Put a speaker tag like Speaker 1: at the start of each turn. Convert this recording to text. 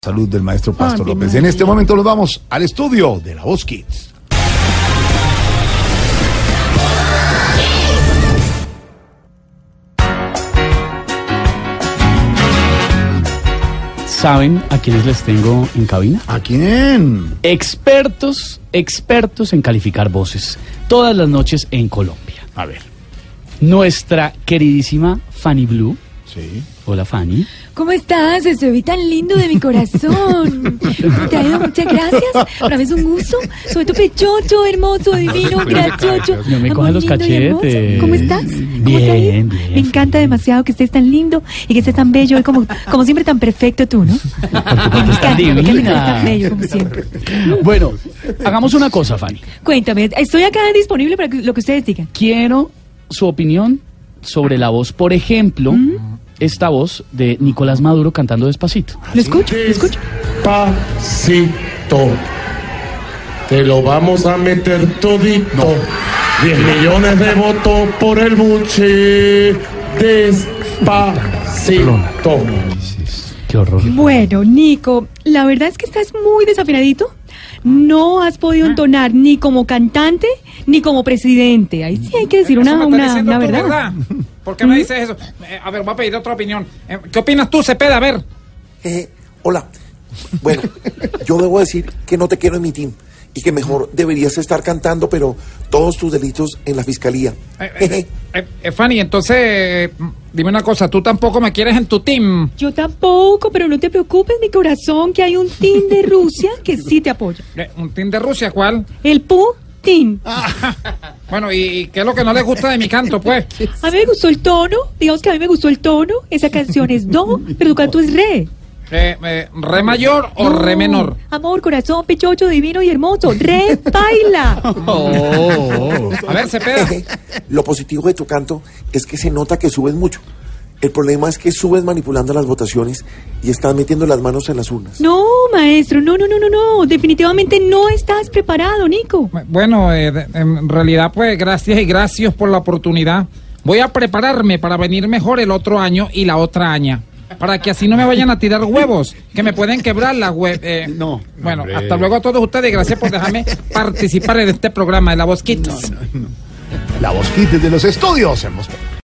Speaker 1: Salud del maestro Pastor López. En este momento nos vamos al estudio de la Voz Kids.
Speaker 2: ¿Saben a quiénes les tengo en cabina?
Speaker 1: ¿A quién?
Speaker 2: Expertos, expertos en calificar voces, todas las noches en Colombia.
Speaker 1: A ver.
Speaker 2: Nuestra queridísima Fanny Blue.
Speaker 1: Sí.
Speaker 2: Hola Fanny.
Speaker 3: ¿Cómo estás? Estoy tan lindo de mi corazón. Te ha ido muchas gracias. Para mí es un gusto. Soy tu pechocho, hermoso, divino, gracioso.
Speaker 2: No me
Speaker 3: amor
Speaker 2: cojas los
Speaker 3: lindo y hermoso.
Speaker 2: cachetes.
Speaker 3: ¿Cómo estás? ¿Cómo te ha ido?
Speaker 2: Bien, bien,
Speaker 3: Me encanta demasiado que estés tan lindo y que estés tan bello y como, como siempre tan perfecto tú, ¿no?
Speaker 2: Porque
Speaker 3: Me encanta,
Speaker 2: estás
Speaker 3: porque tú eres
Speaker 2: divina.
Speaker 3: tan bello como siempre.
Speaker 2: Bueno, hagamos una cosa Fanny.
Speaker 3: Cuéntame, estoy acá disponible para que- lo que ustedes digan.
Speaker 2: Quiero su opinión sobre la voz. Por ejemplo,
Speaker 3: Mm.
Speaker 2: esta voz de Nicolás Maduro cantando despacito.
Speaker 3: Lo escucho, lo escucho.
Speaker 4: Despacito. Te lo vamos a meter todito. 10 millones de votos por el buche. Despacito.
Speaker 2: Qué horror.
Speaker 3: Bueno, Nico, la verdad es que estás muy desafinadito. No has
Speaker 5: Ah.
Speaker 3: podido entonar ni como cantante ni como presidente. Ahí sí hay que decir
Speaker 5: Eso
Speaker 3: una,
Speaker 5: me está
Speaker 3: una,
Speaker 5: diciendo
Speaker 3: una
Speaker 5: tú,
Speaker 3: verdad.
Speaker 5: ¿Por qué me dices eso? Eh, a ver, voy a pedir otra opinión. Eh, ¿Qué opinas tú, Cepeda? A ver.
Speaker 6: Eh, hola. Bueno, yo debo decir que no te quiero en mi team y que mejor deberías estar cantando, pero todos tus delitos en la fiscalía.
Speaker 5: Eh, eh, eh, eh, Fanny, entonces, eh, dime una cosa. Tú tampoco me quieres en tu team.
Speaker 3: Yo tampoco, pero no te preocupes, mi corazón, que hay un team de Rusia que sí te apoya.
Speaker 5: Eh, ¿Un team de Rusia cuál?
Speaker 3: El Putin.
Speaker 5: Bueno, ¿y, y qué es lo que no les gusta de mi canto, pues?
Speaker 3: A mí me gustó el tono, digamos que a mí me gustó el tono. Esa canción es do, pero tu canto es re.
Speaker 5: Eh, eh, ¿Re mayor o re
Speaker 3: No.
Speaker 5: menor?
Speaker 3: Amor, corazón, pechocho, divino y hermoso. Re, baila.
Speaker 5: A ver, Cepeda.
Speaker 6: Eje. Lo positivo de tu canto es que se nota que subes mucho. El problema es que subes manipulando las votaciones y estás metiendo las manos en las urnas.
Speaker 3: No, maestro, no, no, no, no, no. Definitivamente no estás preparado, Nico.
Speaker 5: Bueno, eh, de- en realidad, pues, gracias y gracias por la oportunidad. Voy a prepararme para venir mejor el otro año y la otra aña. Para que así no me vayan a tirar huevos, que me pueden quebrar las huevos.
Speaker 2: No.
Speaker 5: Bueno, hasta luego a todos ustedes. Gracias por dejarme participar en este programa de La Voz Kids.
Speaker 1: La Voz Kids desde los estudios. Hemos...